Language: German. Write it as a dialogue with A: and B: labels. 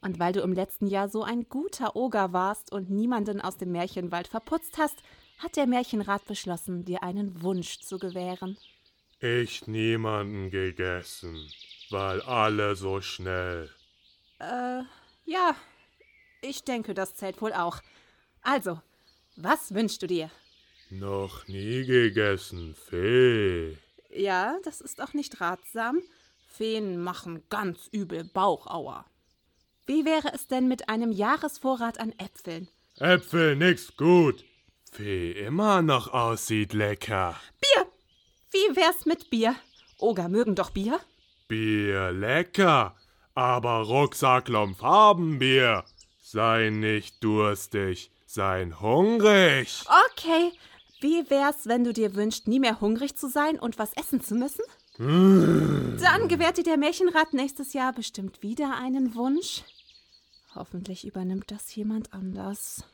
A: Und weil du im letzten Jahr so ein guter Oger warst und niemanden aus dem Märchenwald verputzt hast, hat der Märchenrat beschlossen, dir einen Wunsch zu gewähren.
B: Ich niemanden gegessen, weil alle so schnell.
A: Äh, ja, ich denke, das zählt wohl auch. Also, was wünschst du dir?
B: Noch nie gegessen, Fee.
A: Ja, das ist auch nicht ratsam. Feen machen ganz übel Bauchauer. Wie wäre es denn mit einem Jahresvorrat an Äpfeln?
B: Äpfel nix gut. Fee immer noch aussieht lecker.
A: Bier! Wie wär's mit Bier? Oger mögen doch Bier?
B: Bier lecker, aber Rucksacklumpf haben wir. Sei nicht durstig, sei hungrig.
A: Okay, wie wär's, wenn du dir wünschst, nie mehr hungrig zu sein und was essen zu müssen? Dann gewährt dir der Märchenrat nächstes Jahr bestimmt wieder einen Wunsch. Hoffentlich übernimmt das jemand anders.